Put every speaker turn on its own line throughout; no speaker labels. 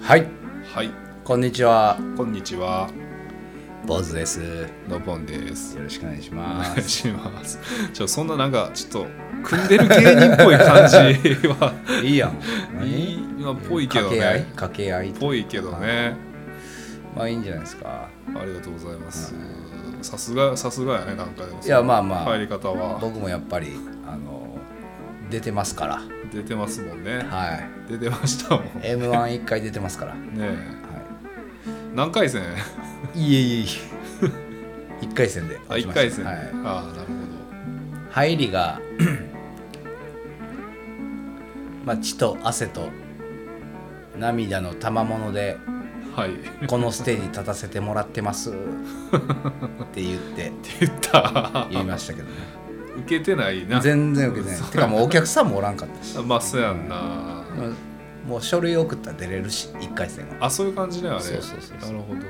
はい、
はい、
こんにちは。
こんにちは、
坊主です。よ
のぼんです。
ろしくお願いし
お
ま
願い
す。
します。ちょそんななんかちょっと組んでる芸人っぽい感じ は
い いやん。
いいまあぽいけ
掛
ど
け合い
ね。
掛け合い。
ぽいけどね。
まあいいんじゃないですか。
ありがとうございます。さすがさすがやねなんかでも
いやまあまあ
入り方は
僕もやっぱりあの出てますから。
出てますもんね。
はい。
出てましたもん。ね
M11 回出てますから。
え
は
何回戦？
い。いえいえいえ。一回戦で
あ
落ち
一
ました。
回戦。
はい。
ああなる
入りが まあ血と汗と涙の賜物で。
ほど。はい。って
このステージ立たせてもらってますって言って
言った。
言いましたけどね
受けてないな。
全然受けてないてかもうお客さんもおらんかったし
まあそうやんな。
もう書類送ったら出れるし1回戦は
あそういう感じねあれ。
そうそうそうそう
なるほど。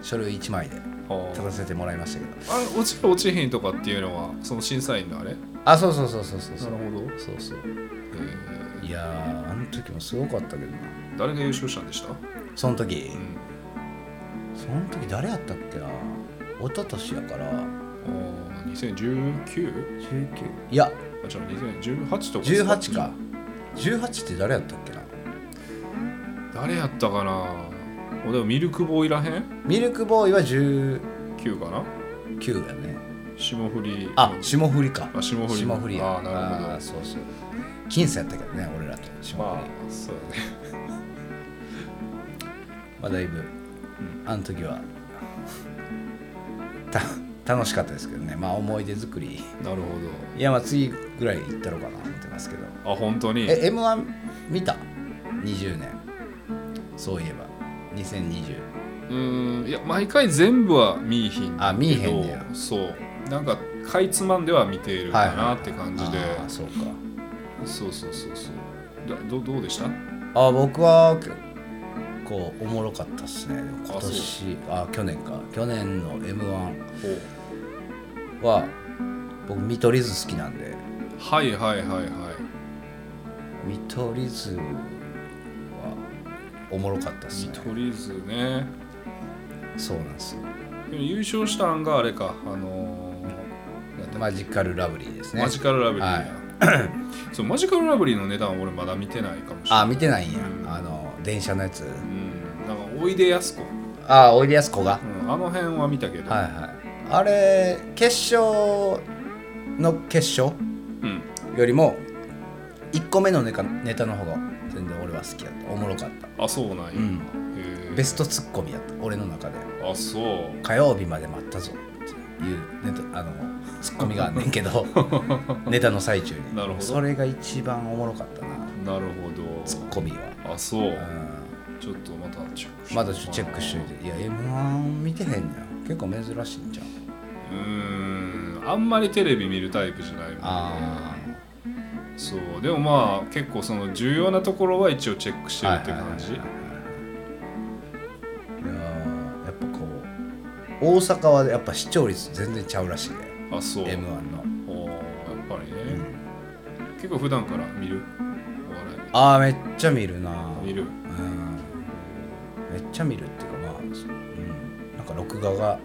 書類1枚で
あ
立たせてもらいましたけど
あれ落ちる落ちへんとかっていうのはその審査員のあれ
あそうそうそうそうそうそう
なるほど
そうそう
え
いやーあの時もすごかったけどな
ー誰が優勝したんでした
その時
うん
その時誰やったっけな一昨年やから
あー 2019?
19いや
あじゃあ2018とかです
18か18って誰やったっけな
誰やったかなおでもミルクボーイらへん
ミルクボーイは19
?9 かな
やね
霜降り
あ
うん
霜降りか
あ霜降り
霜降りや
あーなるほど
あーそうそう僅差やったけどね俺らと霜降り
まあそうだね
まあだいぶあの時はた楽しかったですけどねまあ思い出作り
なる
いやまあ次ぐらい行ったろうかな思ってますけど
ほどあ本当に
え m 1見た20年そういえば2020
うーんいや毎回全部は見いひんけど
あ見いへんねや
そうなんかかいつまんでは見ているかなって感じで、
あーそうか
そうそうそうそうだどどうでした
あ僕は結構おもろかったっすねでも今年あ去年か去年の m 1は僕見取り図好きなんで
はいはいはいはい
見取り図はおもろかったです
見
ね
取り図ね
そうなんですよ
でも優勝したんがあれかあのーなんだっ
マジカルラブリーです
け
ね
マジカルラブリーや、 そうマジカルラブリーの値段は俺まだ見てないかもしれない
あ見てないんや
うん
あの電車のやつ
うんなんかおいでやすこ、
あおいでやすこが
う、ん、あの辺は見たけど、
はいはいあれ決勝の決勝
うん、
よりも1個目のネタネタの方が全然俺は好きやったおもろかった
あそうなんや、
うん
へー
ベストツッコミやった俺の中で
あそう
火曜日まで待ったぞっていうネタあのツッコミがあんねんけ どネタの最中に
なるほど
それが一番おもろかったな
なるほ
ツッコミは、
どあそう
う
ちょっとまたチェックし
ん、まだちょっとチェックしといていや m 1見てへんねん結構珍しいんじゃん
うーんあんまりテレビ見るタイプじゃないもんね
あ
そうでもまあ結構その重要なところは一応チェックしてるって感じ
はいはいはいはいいやーやっぱこう大阪はやっぱ視聴率全然ちゃうらしいね
あそう
m 1の
おーやっぱりね、結構普段から見るお笑
ああめっちゃ見るない
見る
うんめっちゃ見るっていうかまあ、うん、なんか録画が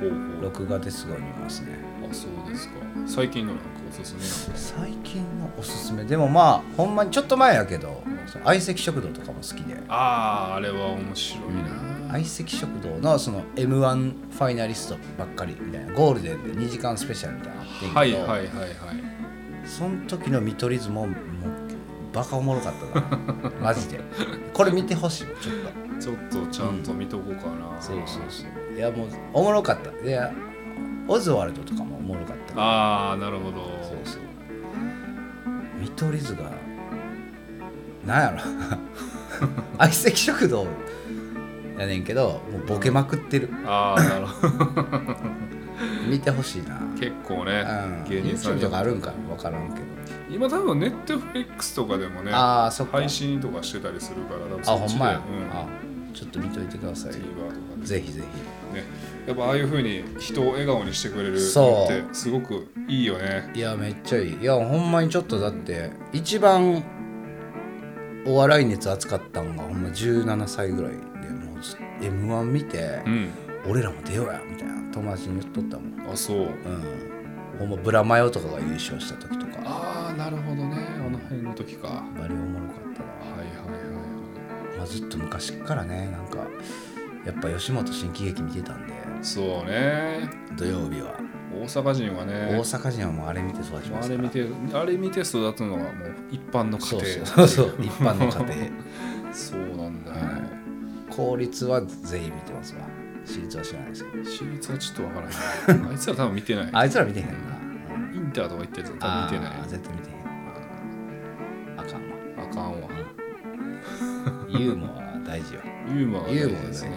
ほうほう
録画ですごい見ますね
あそうですか最近のなんかおすすめなんか
最近のおすすめでもまあほんまにちょっと前やけどその相席食堂とかも好きで
あああれは面白いな、
相席食堂のその m 1ファイナリストばっかりみたいなゴールデンで2時間スペシャルみたいなのあってん
はい
け
は
ど
いはいはい
その時の見取り図ももうバカおもろかったなマジでこれ見てほしいちょっと
ちょっとちゃんと見とこうかな、
そうそうそういやもうおもろかったいやオズワルドとかもおもろかったから
ああなるほど
そうそう見取り図がなんやろ相席食堂やねんけどもうボケまくってる
ああなるほど
見てほしいな、うん、
結構ね芸人さ
YouTube
んに
とかあるんか分からんけど、
今多分ネットフリックスとかでもね
ああそっか
配信とかしてたりするから多分
あ
そ
ほ
っち
ん
で
まや、
うん
あちょっと見といてください
TVer とかで
ぜひぜ
ねやっぱああいうふうに人を笑顔にしてくれる
そ
のっ
う
てすごくいいよね
ひいやめっちゃいいいやほんまにちょっとだって一番お笑い熱扱ったんがほんま17歳ぐらいでもうず m 1見て、
うん
俺らも出ようやみたいな友達に言っとったもん、
あそう
うん、ほんまブラマヨとかが優勝した時とか
ああなるほどねあの辺の時かは
バリおもろかった
いはいはいは
な、まあ、ずっと昔っからねなんかやっぱ吉本新喜劇見てたんで
いそうね
土曜日は、
大阪人はね
大阪人はもうあれ見て育ちま
あ
すから
れ見てあれ見て育つのはもう一般の家
そう
庭
そうそう 一般の家庭
そうなんだ、
は公立は全員見てますわ私立は知らないですけど
私立はちょっとわからないあいつら多分見てない
あいつら見てへんな
インターとか行ってるやつ
あ
は多分見てない
ー絶対見てへんあかんわ
あかんわ
ユーモアは大事よ
ユーモアが大
ユー
事
モア
で
ですす
ね
ね、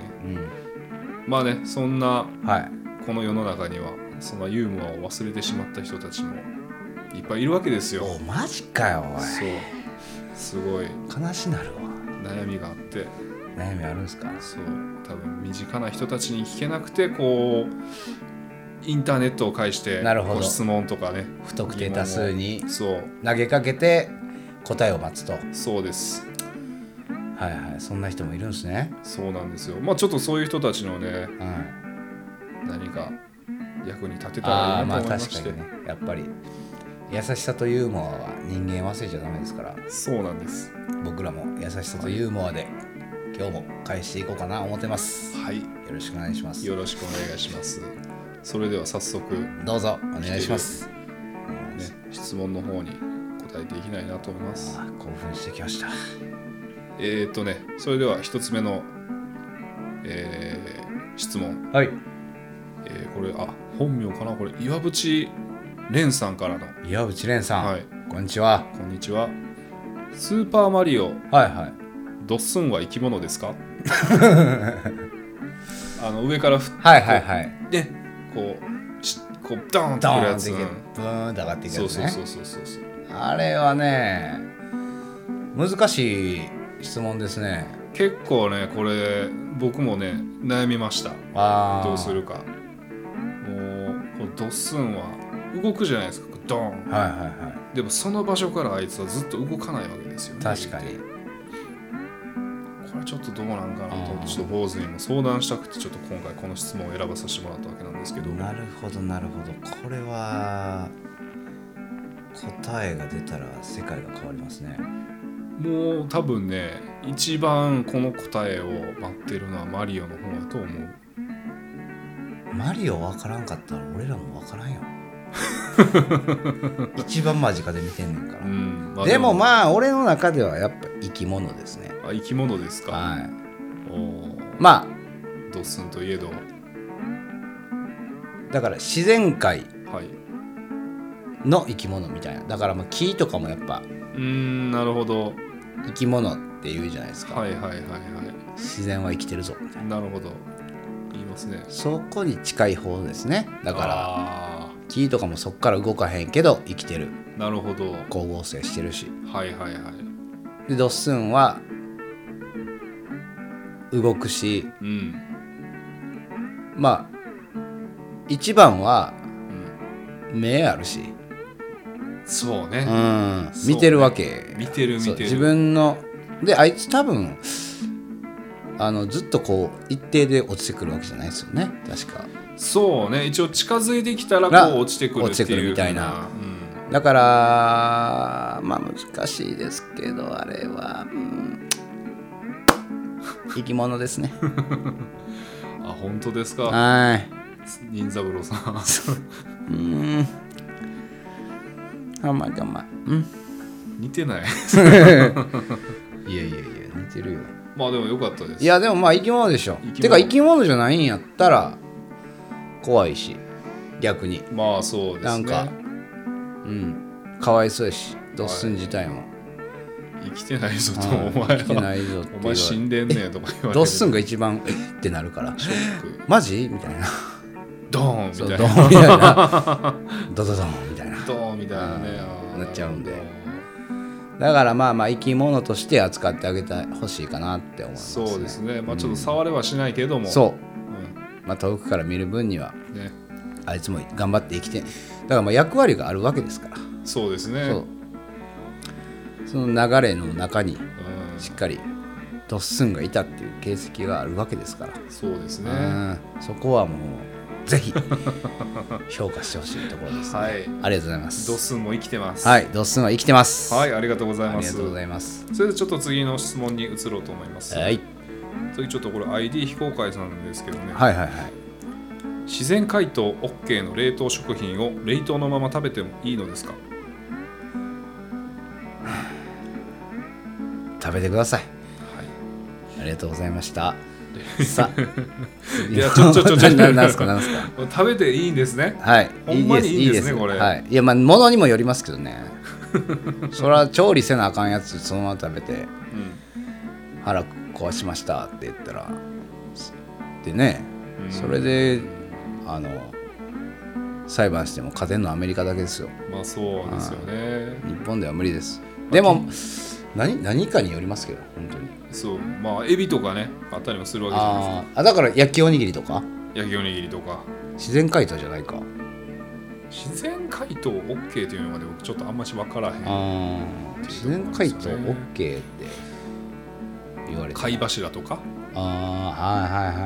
まあねそんな
うん、はい
この世の中にはそのユーモアを忘れてしまった人たちもいっぱいいるわけですよ
おマジかよお
そうすごい
い悲しなるわ
悩みがあって
悩みあるんすか
そう多分身近な人たちに聞けなくてこうインターネットを介して
なるほど
ご質問とかね
不特定多数に
そう
投げかけて答えを待つとはい
そうです
はいそんな人もいるんですね
そうなんですよまあちょっとそういう人たちのね
うん
何か役に立てたら
あ
い
あ
いな
まあ
と思いま
確
し
か
て、
にねやっぱり優しさとユーモアは人間忘れちゃダメですから
そうなんです
僕らも優しさとユーモアで今日も返していこうかな思ってます
はい
よろしくお願いします
よろしくお願いしますそれでは早速、ね、
どうぞお願いします
質問の方に答えていきたいなと思います
あー興奮してきました
えー、っとねそれでは一つ目の、えー質問、
はい
えーこれあ本名かなこれ岩渕蓮さんからの
岩渕蓮さん、
はい
こんにちは
こんにちはスーパーマリオ
はいはい
ドッスンは生き物で すかあの上から振っ
はいはいはい
てこうしこうドーンって
ドー
くる
ン
や
って
つ
いけ
う
る
ん
ブーンって上がっていく
そ
や
う
つ
そう
ね
そうそうそうそう
あれはね難しい質問ですね
結構ねこれ僕もね悩みました
あー
どうするかもうこのドッスンは動くじゃないですかドーン
はいはいは
でもその場所からあいつはずっと動かないわけですよね
い確かに
これちょっとどうなんかなと思って
あー
ちょっと坊主にも相談したくてちょっと今回この質問を選ばさせてもらったわけなんですけど
なるほどなるほどこれは答えが出たら世界が変わりますね
もう多分ね一番この答えを待ってるのはマリオの方だと思う
マリオ分からんかったら俺らも分からんよ 一番間近で見てんねんか
う
ら、
ん、
でも
あ
まあ俺の中ではやっぱ生き物ですね
でもあ生き物ですか、
はい
おー
ま
ドッスンといえど
あだから自然界
はい
の生き物みたいなだからまあ木とかもやっぱ
うーんなるほど
生き物って言うじゃないですか、
はいはいはいは
自然は生きてるぞみたいない
なるほど言いますね
そこに近い方ですねだから
ら
木とかもそっから動かへんけど生きてる
なるほどはい
光合成してるし
はいはい
でドッスンは動くし
うん
まあ一番は
うん
目あるし、
そう
う
ね、
ん、
そうね
見てるわけ、
見てる見て
そう
る
自分のであいつ多分あのずっとこう一定で落ちてくるわけじゃないですよね確か
そうね一応近づいてきたら
ら
こう落ちてくるって
落ちてく
いう
るみたいな
ふう
だからまあ難しいですけどあれは、うん、生き物です ね
うん、あ本当ですか
はい
任三郎さん
うんあまあまあまあうん
似てない
いやいやいや似てるよ
まあでもよかったです
いやでもまあ生き物でしょ
生き物
てか生き物じゃないんやったら怖いし逆に
まあそうですね
なんかうんかわいそうやしドッスン自体も、
生きてないぞと
はい
お前
生きて
は
ないぞって
お
言わ
前
れ
死んでんねえとか言われて
ドッスンが一番えっってなる から
ショック
マジみたいな
ドーンみ
そう
たい
ド
な
ンみたいなドドドンみたいな
ドーンみたいなね
うんなっちゃうんでだからまあまあ生き物として扱ってあげてほしいかなって思います、ね、
そうですねまあちょっと触れはしないけども
そうう、
ん
まあ、遠くから見る分には
ね
あいつも頑張って生きてだからまあ役割があるわけですから
そうです
そ
ね
うその流れの中に
うん
しっかりドッスンがいたっていう形跡があるわけですから、
そうですね
うんそこはもうぜひ評価してほしいところですね、
はい
ありがとうございます
度数も生きてます
はいドッスンは生きてます
はいありがとうござい
あ
ま
りが
す
とうございます
それでちょっと次の質問に移ろうと思います、
はい、
次ちょっとこれ ID 非公開さんなんですけどね、
はいはいはい
自然解凍 OK の冷凍食品を冷凍のまま食べてもいいのですか
食べてください
は
ありがとうございましたさあ
いやちょちょちょちょ
ななんすかなんすか
い食べていいんですね
はい、
ほんまにいいんですねこれ
はい、いやまあ物にもよりますけど ねそれは調理せなあかんやつそのまま食べて
うん
腹壊しましたって言ったらでね
うん
それであの裁判しても勝てんのはアメリカだけですよ
まあそうですよね
日本では無理ですでも何何かによりますけど本当に
そうまあエビとかねあったりもするわけじゃない
あーあだから焼きおにぎりとか
ですか焼きおにぎりとか
自然解凍じゃないか
自然解凍 OK というのまで僕ちょっとあんまし分からへん
あー自然解凍 OK って言われて
貝柱とか、
ああはいはいは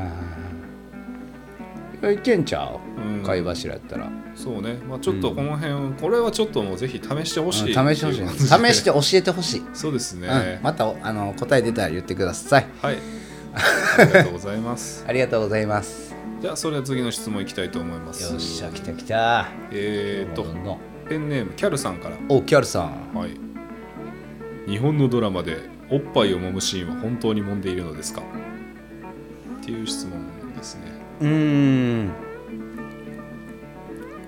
いはいいけんちゃう
うん
貝柱やったら、
そうね、まあ、ちょっとこの辺、これはちょっともうぜひ試してほ
うん試
し
し
い、
てほしい試して教えてほしい、
そうですね、
うん、またあの答え出たら言ってください
はい ありがとうございます
ありがとうございます
じゃあそれでは次の質問いきたいと思います
よっしゃ来た来た
えー、っと
どんどん
ペンネームキャルさんから
おキャルさん
はい日本のドラマでおっぱいを揉むシーンは本当に揉んでいるのですかっていう質問ですね
うーん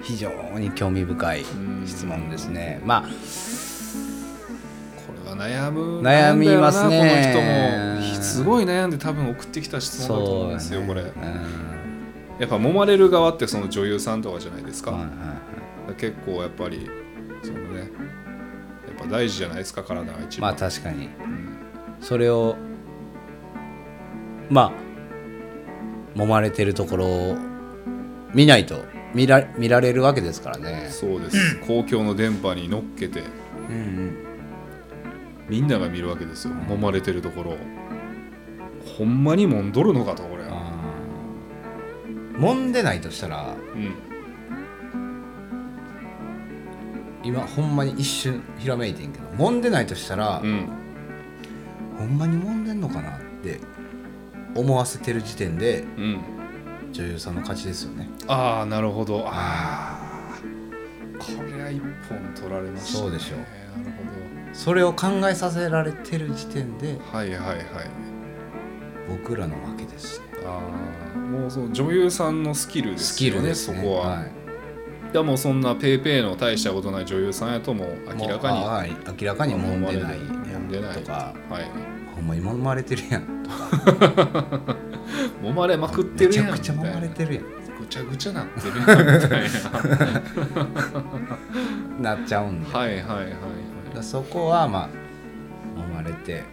非常に興味深い質問ですねまあ
これは悩む
悩みますね
悩んだよなこの人もすごい悩んで多分送ってきた質問だと思
そう
うんですよ、
ね
これ
うん
やっぱ揉まれる側ってその女優さんとかじゃないですか、
はいはいはい
結構やっぱりそのねやっぱ大事じゃないですか体が一
まあ
番、
確かに
うん
それをまあ揉まれてるところを見ないと見ら見られるわけですからね、
そうです公共の電波に乗っけて
うん
みんなが見るわけですよ揉まれてるところをほんまに揉んどるのかとこれは、
揉んでないとしたら
うん、
今ほんまに一瞬ひらめいてんけど揉んでないとしたら、
うん
ほんまに揉んでんのかなって思わせてる時点で
うん
女優さんの勝ちですよね
ああなるほどああこれは一本取られました、ね、
そうでしょう
なるほ
それを考えさせられてる時点で
どはいはいはい
僕らの負けですね
ああもうその女優さんのスキルです
スキ
よ
ル
ね
ですね
そこは、
い
いやもうそんなペーペーの大したことない女優さんやともう明らかに
もう
は
はい明らかに揉んでないや
揉んでない
とか
い
ほんまに揉まれてるやん
揉まれまくってるやん
めちゃくちゃ
み
揉
たい
ま
な
れてるや
ぐちゃぐちゃなってる やんみたいな
んなっちゃうんで、
はいはいはいはい
だからそこはまあ揉まれて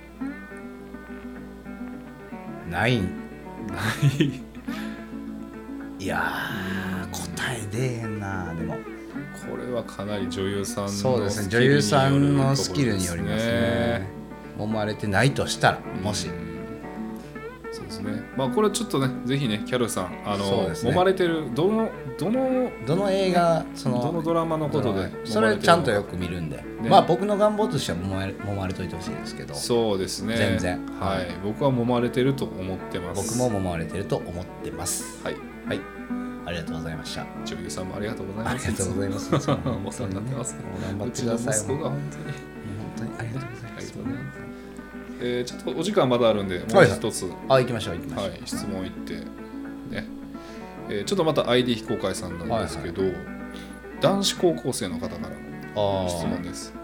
ないいやー答え出えへんなでも
これはかなり女優さんの
そうですね
スキ
女優
ルによる
さんの
ところ
スキルによりますね揉まれてないとしたらもし、
うんそうですねまあこれちょっとねぜひねキャルさんあ
そう
の、
ですね
揉まれてるどのどの
どの映画その
どのドラマのことで
それちゃんとよく見るんで、
ね
まあ僕の願望としては揉まれ揉まれといてほしいですけど
そうですね
全然
はい、
はい
僕は揉まれてると思ってます
僕も揉まれてると思ってます
はい
はいありがとうございま した
女優さんもありがとうござ
あ
いま
り
す
がとうござい ます
つもお世話になってます
本当にねもう頑張
う
って
ち
く
の
だ
息
さい
子が
もう
本当に
本当にありがとうござい
あ
ま
り
す
がとうございます、えーちょっとお時間まだあるんでもう一つ、
あ行きましょう行きましょ
はい、質問いって、ねえーちょっとまた ID 非公開さんなんですけど、男子高校生の方から
う、
の
あ
質
ー
問です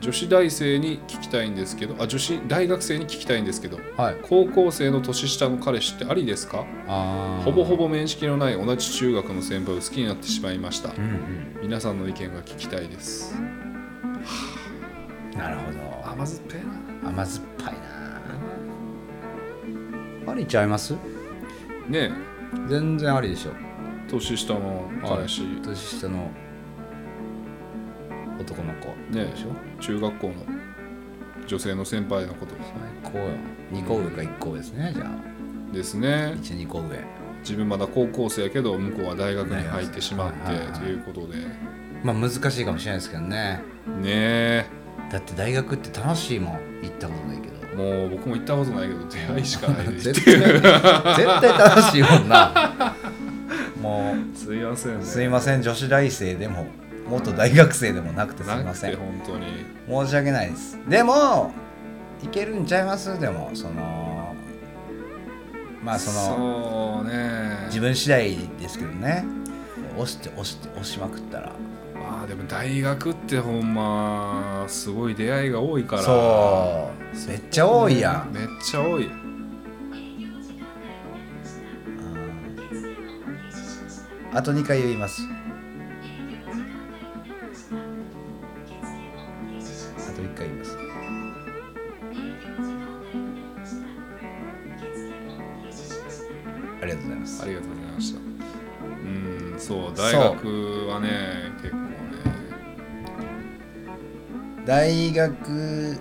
女子大生に聞きたいんですけどあ女子大学生に聞きたいんですけど
はい
高校生の年下の彼氏ってありですか
あー
ほぼほぼ面識のない同じ中学の先輩を好きになってしまいました
うん
皆さんの意見が聞きたいです
うんなるほど
甘酸っぱいな
甘酸っぱいなありちゃいます
ね
全然ありでしょ
え年下の彼氏、
はい年下の男の子
ね
でしょ
中学校の女性の先輩のことですね
最高よ2個上か1個上ですね、じゃ
です
あ
ね
12個上
自分まだ高校生やけど向こうは大学に入ってしまっ
はいはいは
て
い
ということでね
まあ難しいかもしれないですけどね
え
だって大学って楽しいもん行ったことないけど
もう僕も行ったことないけど出会いしかないです
絶対絶対楽しいもんなも
すいません
う
ね
すいません女子大生でも元大学生でもなくてすい
な
ま
く
せ
て
ん
本当に
申し訳ないですでもいけるんちゃいますでもそのまあその
そうね
自分次第ですけどね押して押して押しまくったら
まあでも大学ってほんますごい出会いが多いから
そうめっちゃ多いやん、
めっちゃ多い
あと2回言いますあと1回言いますありがとうございます
ありがとうございましたうんそう大学はね結構ね
大学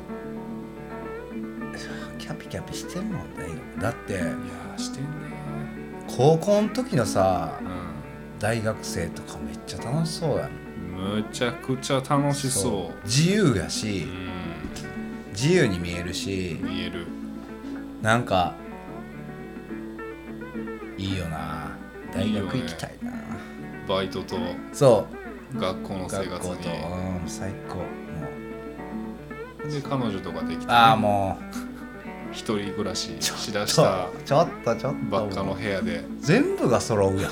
キャピキャピしてんの大学だって
いやーしてんね
高校の時のさ
う
大学生とかめっちゃ楽しそうやん
んむちゃくちゃ楽しそ
そう自由やし
ううん
自由に見えるし
見える
なんかいいよな大学行きたいな
バイトと
そ
学校
う
の生
学
活
校と
に
うん最高もう
で彼女とかできてね
ああも
一人暮らし
う
しだし
そう
た
ちょっとちょっと
ばっかの部屋で
全部が揃うやん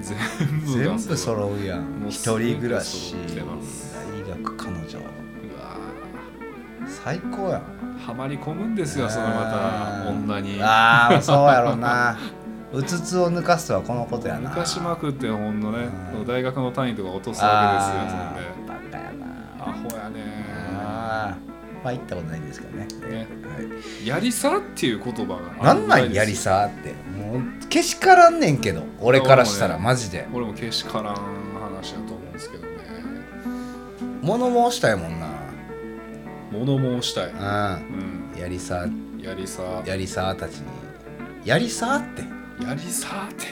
全部
全
が
部
う
揃うやん
もう
一人暮らし
全部揃ってま
大学彼女
うわ
最高やん
ーはまり込むんですよそのまた女に
あーあーそうやろなうつつを抜かすとはこのことやな
抜かしまくってほんのね
うん
大学の単位とか落とすわ
あ
けです
ー
よ
バカやな
そんでアホやね
あーまあ行ったことないんですけどね
ね
は
やりさっていう言葉
い、
が
なんなんやりさってもうけしからんねんけど俺からしたら
俺もね
マジで
俺もけしからん話だと思うんですけどね
物申したいもん
物申したい
なう
うん
んやりさ
やりさ
やりさたちにやりさって
やりさって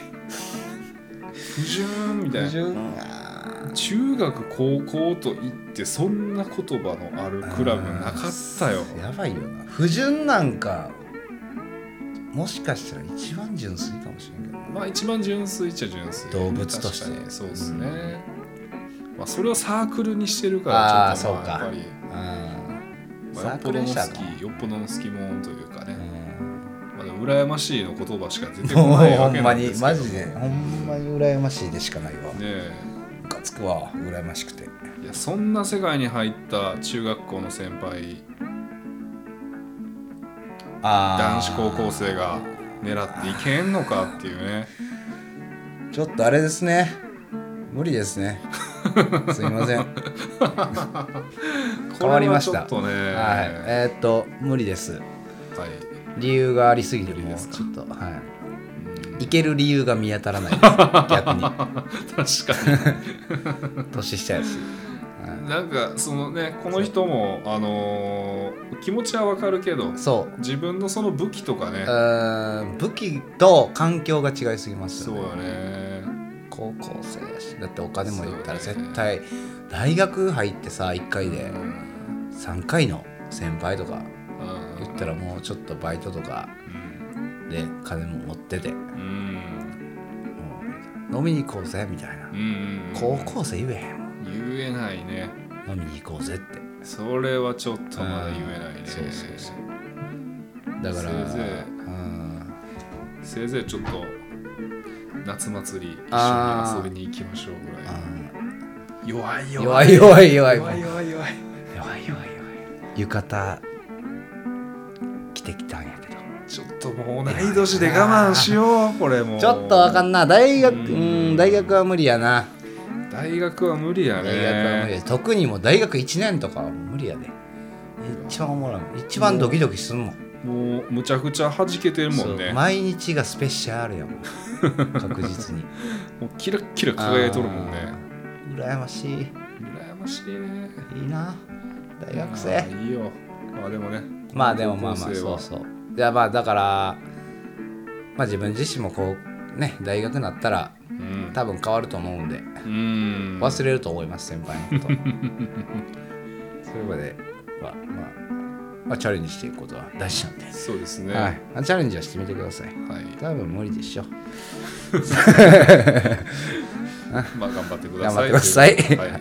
不純みたいな
純な
中学高校と言ってそんな言葉のあるクラブなかったよ
やばいよな不純なんかもしかしたら一番純粋かもしれんけどな
まあ一番純粋っちゃ純粋
動物として
確かにそうですね、まあそれをサークルにしてるから
あー
ちょっとまあ
そうか
やっぱり、
うん
ま
サ
あ、よ
ー
っ
ク
ぽど
ル
の
し
好
た
きよっぽどの好きもんというか
う
ね、
ん
まあ、でも羨ましいの言葉しか出てこ
もう
な い
ほ
わけ
ん
な
ま
んで
に
すけど
マジで
ね
ほんまに羨ましいでしかないわ
え
ムカつくわ羨ましくて
いやそんな世界に入った中学校の先輩
あ
男子高校生が狙っていけんのかっていうね
ちょっとあれですね無理です ねすいませんはい変わりました
これはちょっとね、は
えーっと無理です
い
理由がありすぎて
無理
も
で
う
すか
ちょっとはい
うん
いける理由が見当たらない です逆に
確かに
年下やし
なんかそのねこの人もあのー気持ちはわかるけど
そう
自分のその武器とかね
うーん武器と環境が違いすぎます
そ
よ
う
ね
よね
高校生やしだってお金も言ったら
そうね
絶対大学入ってさ1回
う
で
ん
3回の先輩とか
うん
言ったらもうちょっとバイトとかで金も持ってても
うん
う飲みに行こうぜみたいな
うんうん
高校生言えへんも
言えないね
ん飲みに行こうぜって
それはちょっとまだ言えないね
うんそうそうそうだから
せいぜい
うん
せいぜいちょっと夏祭り一
あー
緒に遊びに行きましょうぐらい
あ
弱い
ー
弱
弱
い
い弱い弱い
弱い弱い弱
弱い
い
弱い浴衣着てきたんやけど
ちょっともう同い年で我慢しようこれもう
ちょっとわかんな大学う
うん
ん大学は無理やな
大学は無理や
大
ね
学は無理や特にもう大学1年とかはもう無理やで一番おもろい一番ドキドキすんもん
もうむちゃくちゃ弾けてるもん
そう
ねも
毎日がスペシャルやもん 確実に
うキラッキラ輝いとるもんね
あー羨ましい
羨ましいね
いいな大学
あ
生
ーいいよまあでもね
まあでもまあまあそうそういやまあだからまあ自分自身もこうね大学になったら
ううん
多分変わると思うんで
うん
忘れると思います先輩 のことそういうことで、まあまあまあ、チャレンジしていくことは大事なんで、
そうですね
は、
はい
まあチャレンジはしてみてください
い
多分無理でしょ
まあ頑張ってくだ
頑張っ
さい
てください
とうことではい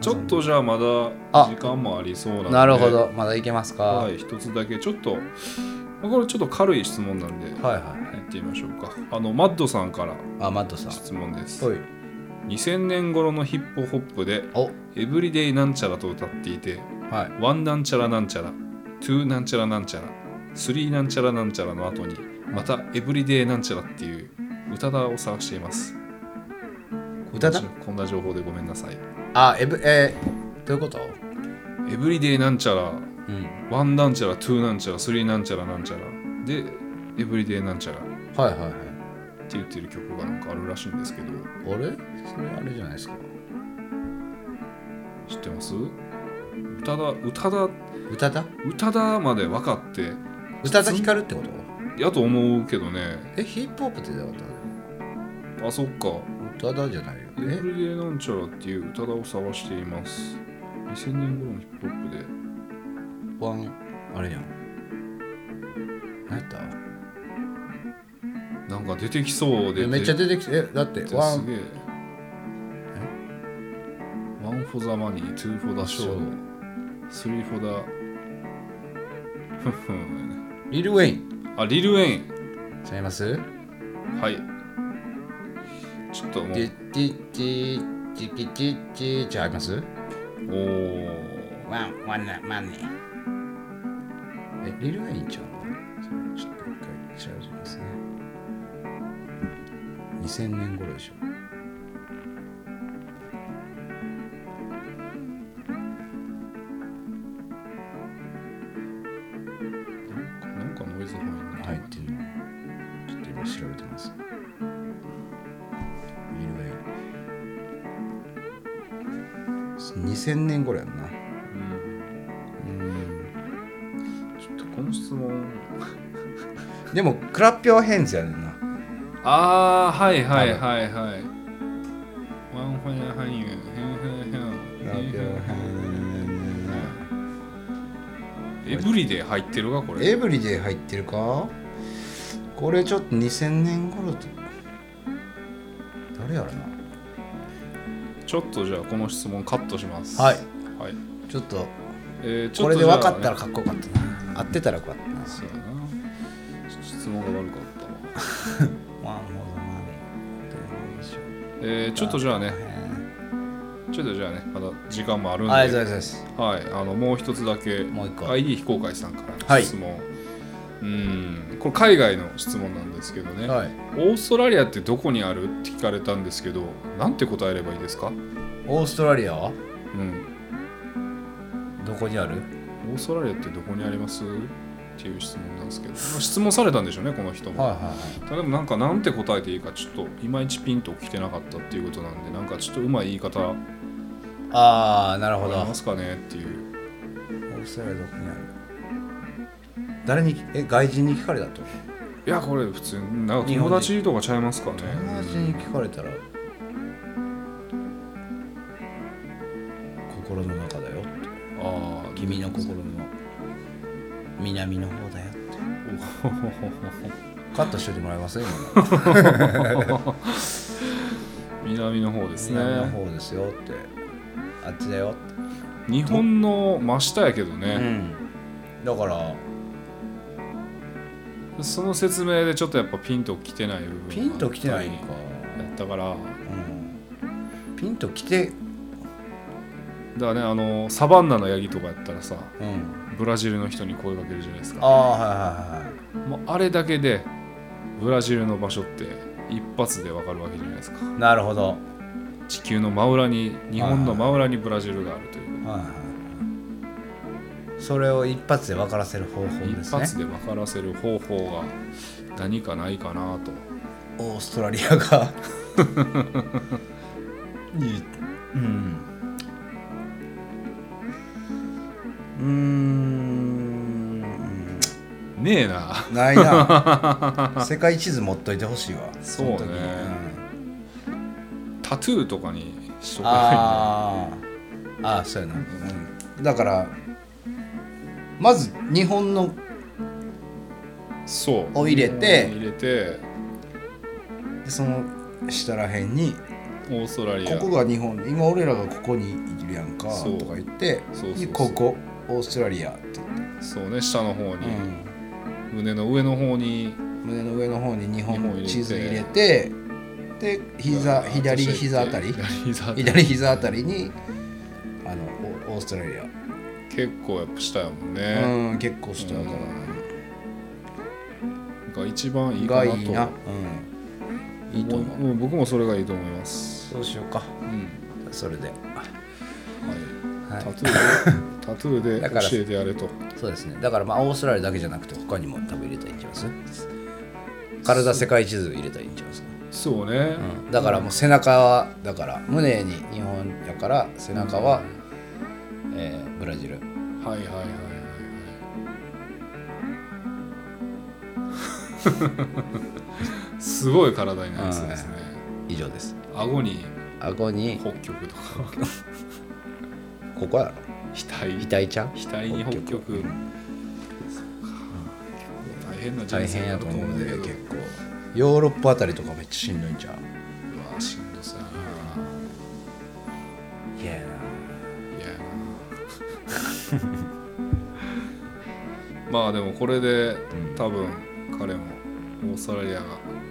ちょっとじゃあまだ
あ
時間もありそうなんで
なるほどまだいけますか、は、
はいい一つだけちょっとまあこれちょっと軽い質問なんで
はい
やってみましょうかあのマッドさんから
あマットさん
質問です
はい
2000年頃のヒップホップで
お
エブリデイなんちゃらと歌っていて
はい
ワンなんちゃらなんちゃら、ツーなんちゃらなんちゃら、スリーなんちゃらなんちゃらの後に、またエブリデイなんちゃらっていう歌だを探しています。
歌だ
こんな情報でごめんなさい。
あえぶえー、どういうこと
エブリデイなんちゃら、
うん
ワンなんちゃら、ツーなんちゃら、スリーなんちゃらなんちゃら、で、エブリデイなんちゃらって
はいはいはい
言ってる曲がなんかあるらしいんですけど、
あれそれあれじゃないですか
知ってます歌だ、歌だ、
歌だ
歌だまで分かって、
歌だ光るってこと
やと思うけどね、
えヒップホップってどういうこと
あ、そっか。
歌だじゃないよえ
エブリデイなんちゃらっていう歌だを探しています。2000年頃のヒップホップで。
ワンあれやん何やった
なんか出てきそうで。
えめっちゃ出てきてえだって
て
ワ
す
ン
げえ。ワンフォザマニー、ツーフォザショー、スリーフォザ。ふっふん
リル・ウェイン
あ、リル・ウェイン。
ちゃいます
はい。ちょっとも
デ
う、
ィディディディキチッチちゃいます
おー。
ワンワンナマネーえリル・ウェインちゃうのちょっと一回チャージますね2000年頃でしょ
なんかノイズ入んな
入ってるのちょっと今調べてますリル・ウェイン2000年頃やんな
ちょっとこの質問。
でもクラッピョーヘンズやねんな
ああはいはいはいはい。ワンファイアハニー、ヘンヘンヘンヘンヘンエブリデイ入ってるかこれ。
エブリデイ入ってるかこれちょっと2000年頃って誰やろな
ちょっとじゃあこの質問カットします。
はい
はい。
ちょっと
えー、ちょ
こ
っ
れ
と
で
じゃあ
分かったらかっこよかったな合ってたらよかったな
そうやな。ちょっと質問が悪かったわ。
ワンモードマネーどうなんでしょう
えー、ちょっとじゃあね、
え
ちょっとじゃあね、まだ時間もあるん
ー
で、
あ
は
り
い、
がとうございます
あのもう一つだけ、
もう一個
ID 非公開さんから
は
の
い
質問。うん、これ海外の質問なんですけどね。
はい
オーストラリアってどこにあるって聞かれたんですけどなんて答えればいいですか、う
オーストラリアは
ん、
どこにある
オーストラリアってどこにありますっていう質問なんですけどまあ質問されたんでしょうねこの人も、
はいはいはい
ただでもなんかなんて答えていいかちょっといまいちピンときてなかったっていうことなんでなんかちょっとうまい言い方あ
ああなるほ
り
ど
ますかねっていう
オーストラリアどこにある誰にえ外人に聞かれたってこと
いやこれ普通になんか友達とかちゃいますかね
友達に聞かれたら心の中だよって
ああ
君の心の南の方だよってカットしといてもらえます今の
南の方ですね
南の方ですよってあっちだよって
日本の真下やけど
う
ね、
んだから
その説明でちょっとやっぱピンときてない部分があった
ピ
り
ンと来てないんか、
やったから
うん、ピンと来て
だからねあのサバンナのヤギとかやったらさ
うん
ブラジルの人に声かけるじゃないです
あ
か
あはいはいはいはい
もうあれだけでブラジルの場所って一発でわかるわけじゃないですか
なるほど。
地球の真裏に日本の真裏にブラジルがあるという
はいはいそれを一発で分からせる方法で
一
すね。
発で分からせる方法が何かないかなと
オー ストラリアが。うん。うーん
ねえな
ないな世界地図持っといてほしいわ
そうね
の時にん
タトゥーとかにしとかな
あーあーそうやな、うん、だからまず日本の
いなそう
を入れて
入れて
その下らへんに
オーストラリ
こ
ア
こが日本今俺らがここにいるやんか
そう
とか言って
そうそうそう
でここオーストラリアって、
そうね下の方
うん、
に、胸の上の方に
胸の上の方に日本
日本入れ
の
て
地図入れてで膝
あ
左
足して
膝あたり
左膝あたり
左膝あたりにあのオオーストラリア、
結構やっぱ下やもんね、
うん結構下だから、
が一番いいか
が
なと
いいな、うん、いいと思う、
うん、僕もそれがいいと思います、
そうしようか
うん
それで
はい
はい
タトゥーでタトゥ
だ
ー
から
で教えてやれと
そうですねだからまあオーストラリアだけじゃなくて他にも多分入れたらいいんちゃいます体世界地図入れたらいいんちゃいます
そうね、
うんだからもう背中はだから胸に日本やから背中は、えーブラジル
はいはいはいはい はいすごい体になりそうですね
以上です
顎に
顎に
北極とか
ここは
額
額ちゃん
額に北極
北極うん
大変な人
大
生
変
にな
や
る
と思うんで
だけど
結構ヨーロッパあたりとかめっちゃしんどいんちゃう
うわしんどさ
いや
いやまあでもこれで多分彼もオーストラリアが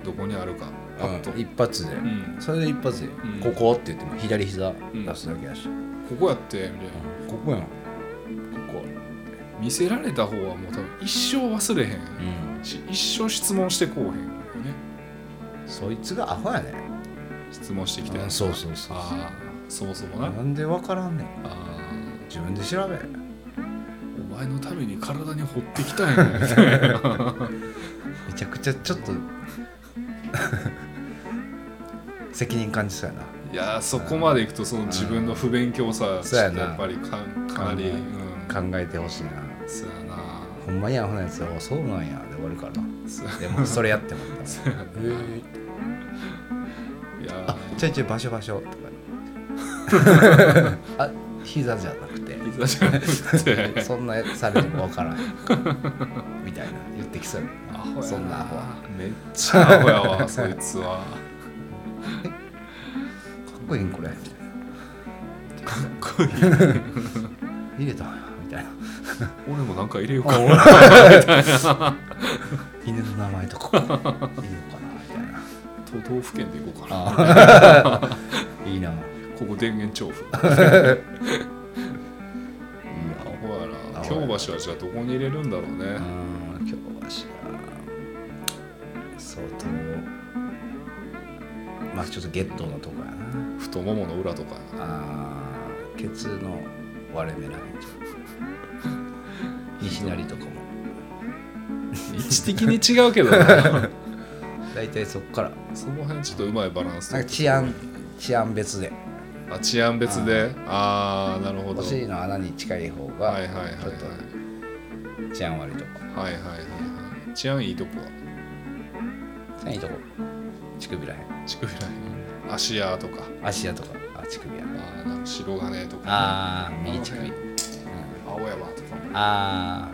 どこにあるかパッと、
一発で、
ん
それで一発で、
ん
ここって言っても左膝出すだけやし、
ここやってみたいな
ここやんここ
見せられた方はもう多分一生忘れへん、
うん
し一生質問してこうへんよね
そいつがアホやね
質問してきて
うんそうそうそう
ああそもそもな、
なんで分からんねん
ああ
自分で調べ
お前のために体に掘ってきたん やみたいな
めちゃくちゃちょっと 責任感じそうやない
やーそこまでいくとその自分の不勉強さ
ん
ちょっとやっぱりかかなり、
考
うん、
考えてほしいな
そうやな
ほんまにアホなやつはあそうなんやで終わるからな
そう
でもそれやってもらった
そうやない
えー
や
あ
ー
ちょいちょい場所場所と かあ膝じゃなくて
膝じゃなくて
そんなされてもわからんみたいな言ってきそうやもん
アホ やな
そんなアホは
めっちゃアホ やわそいつは
かっこいいんこれ
かっこいい
入れたんやみたいな
俺もなんか入れようかな
あ俺犬の名前と かいいのかなみたいな
都道府県で行こうかな
あ いいないい
ここ電源調布アホやな
ア
京
ホやな
橋はじゃあどこに入れるんだろうね
なうん今日はしな相当まあちょっとゲットのとこやな
太ももの裏 とか
あーケツの割れ目らへん西成とかも
位置的に違うけどな
大体そっから
その辺ちょっとうまいバランス
なんか治安治安別で
あ治安別でああなるほど
お
はい
尻の穴に近い方が
はいはいはい
ちょっと治安悪いとこ
はいはいはい治安いいとこは
何いいとこ乳首らへん
乳首らへん足やとか
足やとかあ乳首や
あーなんか白金とか
あー右乳首、うん
青山とか
あ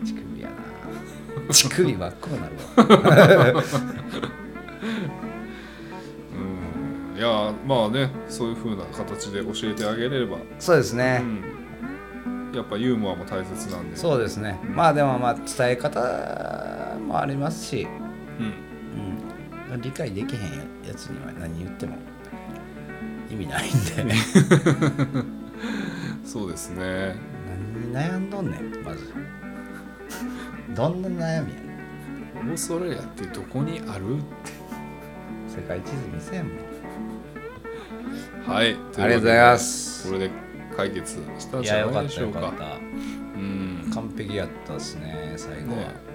ー乳首やな 乳首真っ黒になる
うんいやーまあねそういう風な形で教えてあげれれば、
そうですね
う、ん、やっぱユーモアも大切なんで
そうですねまあでもまあ伝え方もありますし、
うん
うん、理解できへんやつには何言っても意味ないんで
そうですね
何に悩んどんねんまずどんな悩みやねん
オーストラリアってどこにあるって
世界地図見せんもん
は
あ
いあり
りがとうございます
これで解決したん
い
じ
や
ゃ
よ
な
か
い
っ
でしたょ
よ
うか
かった
うん
完璧やったですね最後は、
ね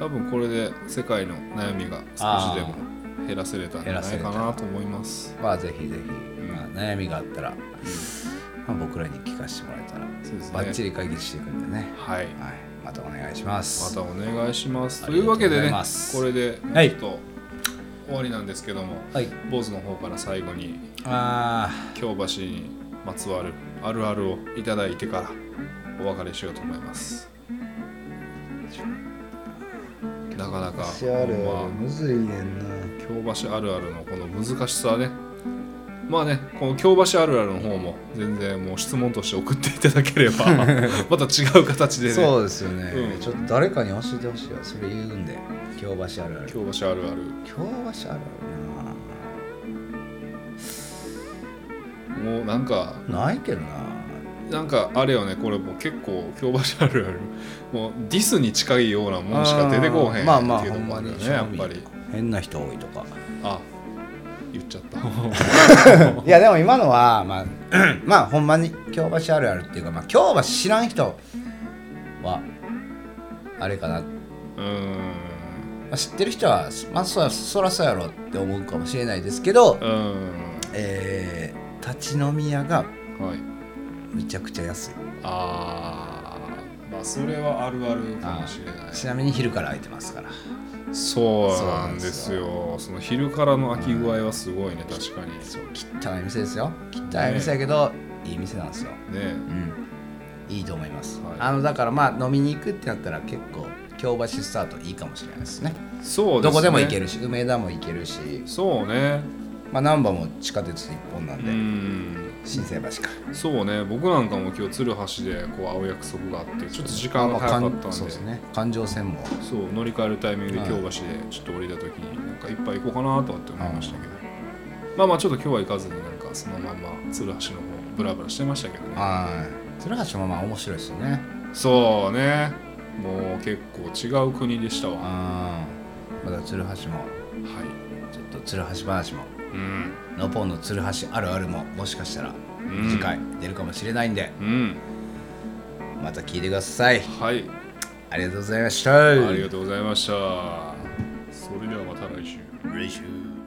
多分これで世界の悩みが少しでも減らせれたんじゃないかなと思います
うんまあぜひぜひ、まあ、悩みがあったら、まあ、僕らに聞かせてもらえたら
そうですね
バッチリ解決していくんでね、
はい
はい、またお願いします
またお願いします
あ
と
り
い
が
う
とう
わ
ござ
け
い
でね
ます
これで
はい
ちょっと終わりなんですけども、
はい
坊主の方から最後に
あ
京橋にまつわるあるあるをいただいてからお別れしようと思いますなかなか
しある
ほんま
むずいねんな
京橋あるあるのこの難しさねまあねこの京橋あるあるの方も全然もう質問として送っていただけ ればまた違う形で
ー
ね
そうですよね、
うん
ちょっと誰かに教えてほしいわそれ言うんで京橋あるある
京橋あるある
京橋ある
もうなんか
あるなないけどな
なんかあれよねこれもう結構京橋あるあるもうディスに近いようなもんしか出てこうへん
まあまあ
っていう
ほ
の
ん
も
ま
あるよ
に
ねやっぱり
変な人多いとか
あ言っちゃった
いやでも今のはまあまあほんまに京橋あるあるっていうか、まあ、京橋知らん人はあれかな、ま
うーん
あ、知ってる人はまあそらそらそうやろって思うかもしれないですけど
う、ー
えー立ち飲み屋が
んはい
むちゃくちゃ安い
あーまあそれはあるあるかもしれない
ちなみに昼から空いてますから
そうなんですよその昼からの空き具合はすごいね確かに
汚い店ですよ汚い店やけど、いい店なんですよ
ね
うんいいと思います、
はい
あのだからまあ飲みに行くってなったら結構京橋スタートいいかもしれないですね
そうで
ど
すね
こでも行けるし梅田も行けるし
そうね
まあ、難波も地下鉄一本な
うん
で、
ん
新生橋か
そうね僕なんかも今日鶴橋でこう会う約束があってちょっと時間が
まあ
早かったんで,、
環
そ
そううですね環状線も
乗り換えるタイミングで
は
京
い
橋でちょっと降りた時になんかいっぱい行こうかなとかって思いましたけど、まあまあちょっと今日は行かずになんかそのまま鶴橋の方ブラブラしてましたけどね
はい鶴橋もまあ面白いですよね
そうねもう結構違う国でしたわは
あまだ鶴橋も
い
ちょっと鶴橋話も
うん
ノポンの鶴橋あるあるももしかしたら
ん
次回出るかもしれないんで、
うん
また聞いてください
はい
ありがとうございました
ありがとうございましたそれではまた来週
来週